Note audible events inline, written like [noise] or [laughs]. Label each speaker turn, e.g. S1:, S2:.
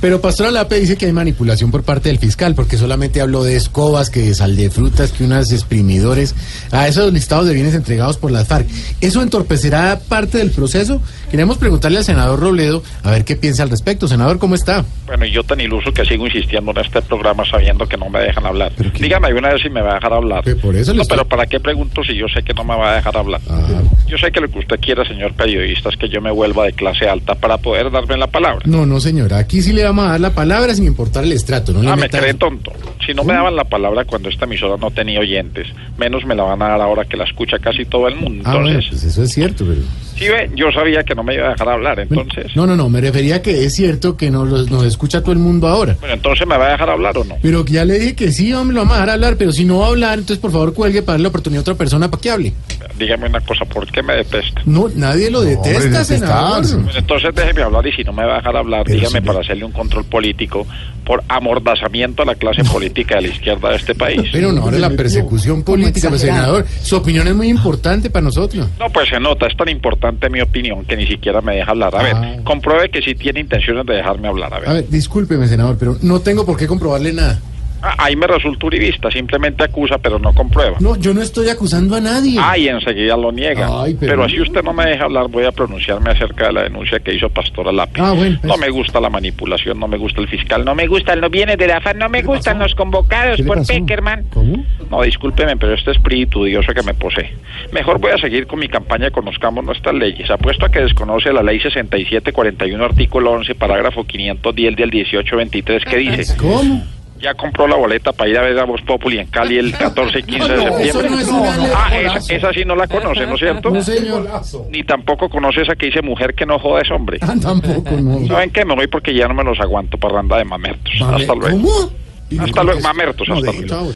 S1: Pero Pastoral Ape dice que hay manipulación por parte del fiscal, porque solamente habló de escobas, que de sal de frutas, que unas exprimidores, a esos listados de bienes entregados por las FARC. ¿Eso entorpecerá parte del proceso? Queremos preguntarle al senador Robledo a ver qué piensa al respecto. Senador, ¿cómo está?
S2: Bueno, y yo tan iluso que sigo insistiendo en este programa sabiendo que no me dejan hablar.
S1: ¿Pero qué?
S2: Dígame una vez si me va a dejar hablar.
S1: Pero por eso le
S2: no,
S1: estoy-
S2: pero ¿para qué pregunto si yo sé que no me va a dejar hablar?
S1: Ah.
S2: Yo sé que lo que usted quiera, señor periodista, es que yo me vuelva de clase alta para poder darme la palabra.
S1: No, no, señora. Aquí sí le vamos a dar la palabra sin importar el estrato. No le
S2: Ah, me
S1: meta-
S2: cree tonto. Si no me daban la palabra cuando esta emisora no tenía oyentes, menos me la van a dar ahora que la escucha casi todo el mundo.
S1: Ah, bueno,
S2: Entonces,
S1: pues eso es cierto, pero...
S2: sí ve, yo sabía que no me iba a dejar hablar, entonces...
S1: No, no, no, me refería a que es cierto que nos, los- nos escucha todo el mundo ahora.
S2: Bueno, entonces me va a dejar hablar o no.
S1: Pero que ya le dije que sí, hombre, lo vamos a dejar hablar, pero si no va a hablar, entonces por favor cuelgue para darle la oportunidad a otra persona para que hable.
S2: Dígame una cosa, ¿por qué me detesta?
S1: No, pues, nadie lo
S3: hombre,
S1: detesta,
S3: detestable.
S1: senador.
S2: Bueno, Pues entonces déjeme hablar y si no me va a dejar hablar,
S1: Pero
S2: dígame
S1: si-
S2: para hacerle un control político por amordazamiento a la clase política de la izquierda de este país.
S1: [laughs] Pero no, ahora la persecución política, pues, senador, su opinión es muy importante para nosotros.
S2: No, pues se nota, es tan importante mi opinión que ni siquiera me deja hablar. A
S1: Ah.
S2: ver, compruebe que sí tiene intenciones de dejarme hablar. A ver,
S1: A ver, discúlpeme, senador, pero no tengo por qué comprobarle nada.
S2: Ah, ahí me resulta uribista, simplemente acusa pero no comprueba.
S1: No, yo no estoy acusando a nadie.
S2: Ay, enseguida lo niega.
S1: Ay, pero-
S2: pero... así usted no me deja hablar, voy a pronunciarme acerca de la denuncia que hizo Pastora Lápiz.
S1: Ah, bueno, pues.
S2: No me gusta la manipulación, no me gusta el fiscal, no me gustan los bienes de la FAN, no me gustan los convocados
S3: ¿Qué le
S2: por
S3: pasó?
S2: Peckerman.
S3: ¿Cómo?
S2: No, discúlpeme, pero este espíritu dioso que me posee. Mejor voy a seguir con mi campaña de Conozcamos Nuestras Leyes. Apuesto a que desconoce la ley 6741, artículo 11, parágrafo 510 del 1823, que dice...
S1: ¿Cómo?
S2: Ya compró la boleta para ir a ver a Voz Populi en Cali el 14 y 15
S1: No,
S2: de
S1: no,
S2: septiembre.
S1: eso no es una ley,
S2: ah,
S1: golazo.
S2: esa, esa sí no la conoce, ¿no es cierto?
S1: No, señor.
S2: Ni tampoco conoce esa que dice mujer que no joda es hombre.
S1: Ah, tampoco, no.
S2: ¿Saben qué? Me voy porque ya no me los aguanto, parranda de mamertos.
S1: Vale,
S2: Hasta luego.
S1: ¿Cómo?
S2: Hasta luego, mamertos,
S1: No,
S2: hasta
S1: de-
S2: luego.
S1: chao.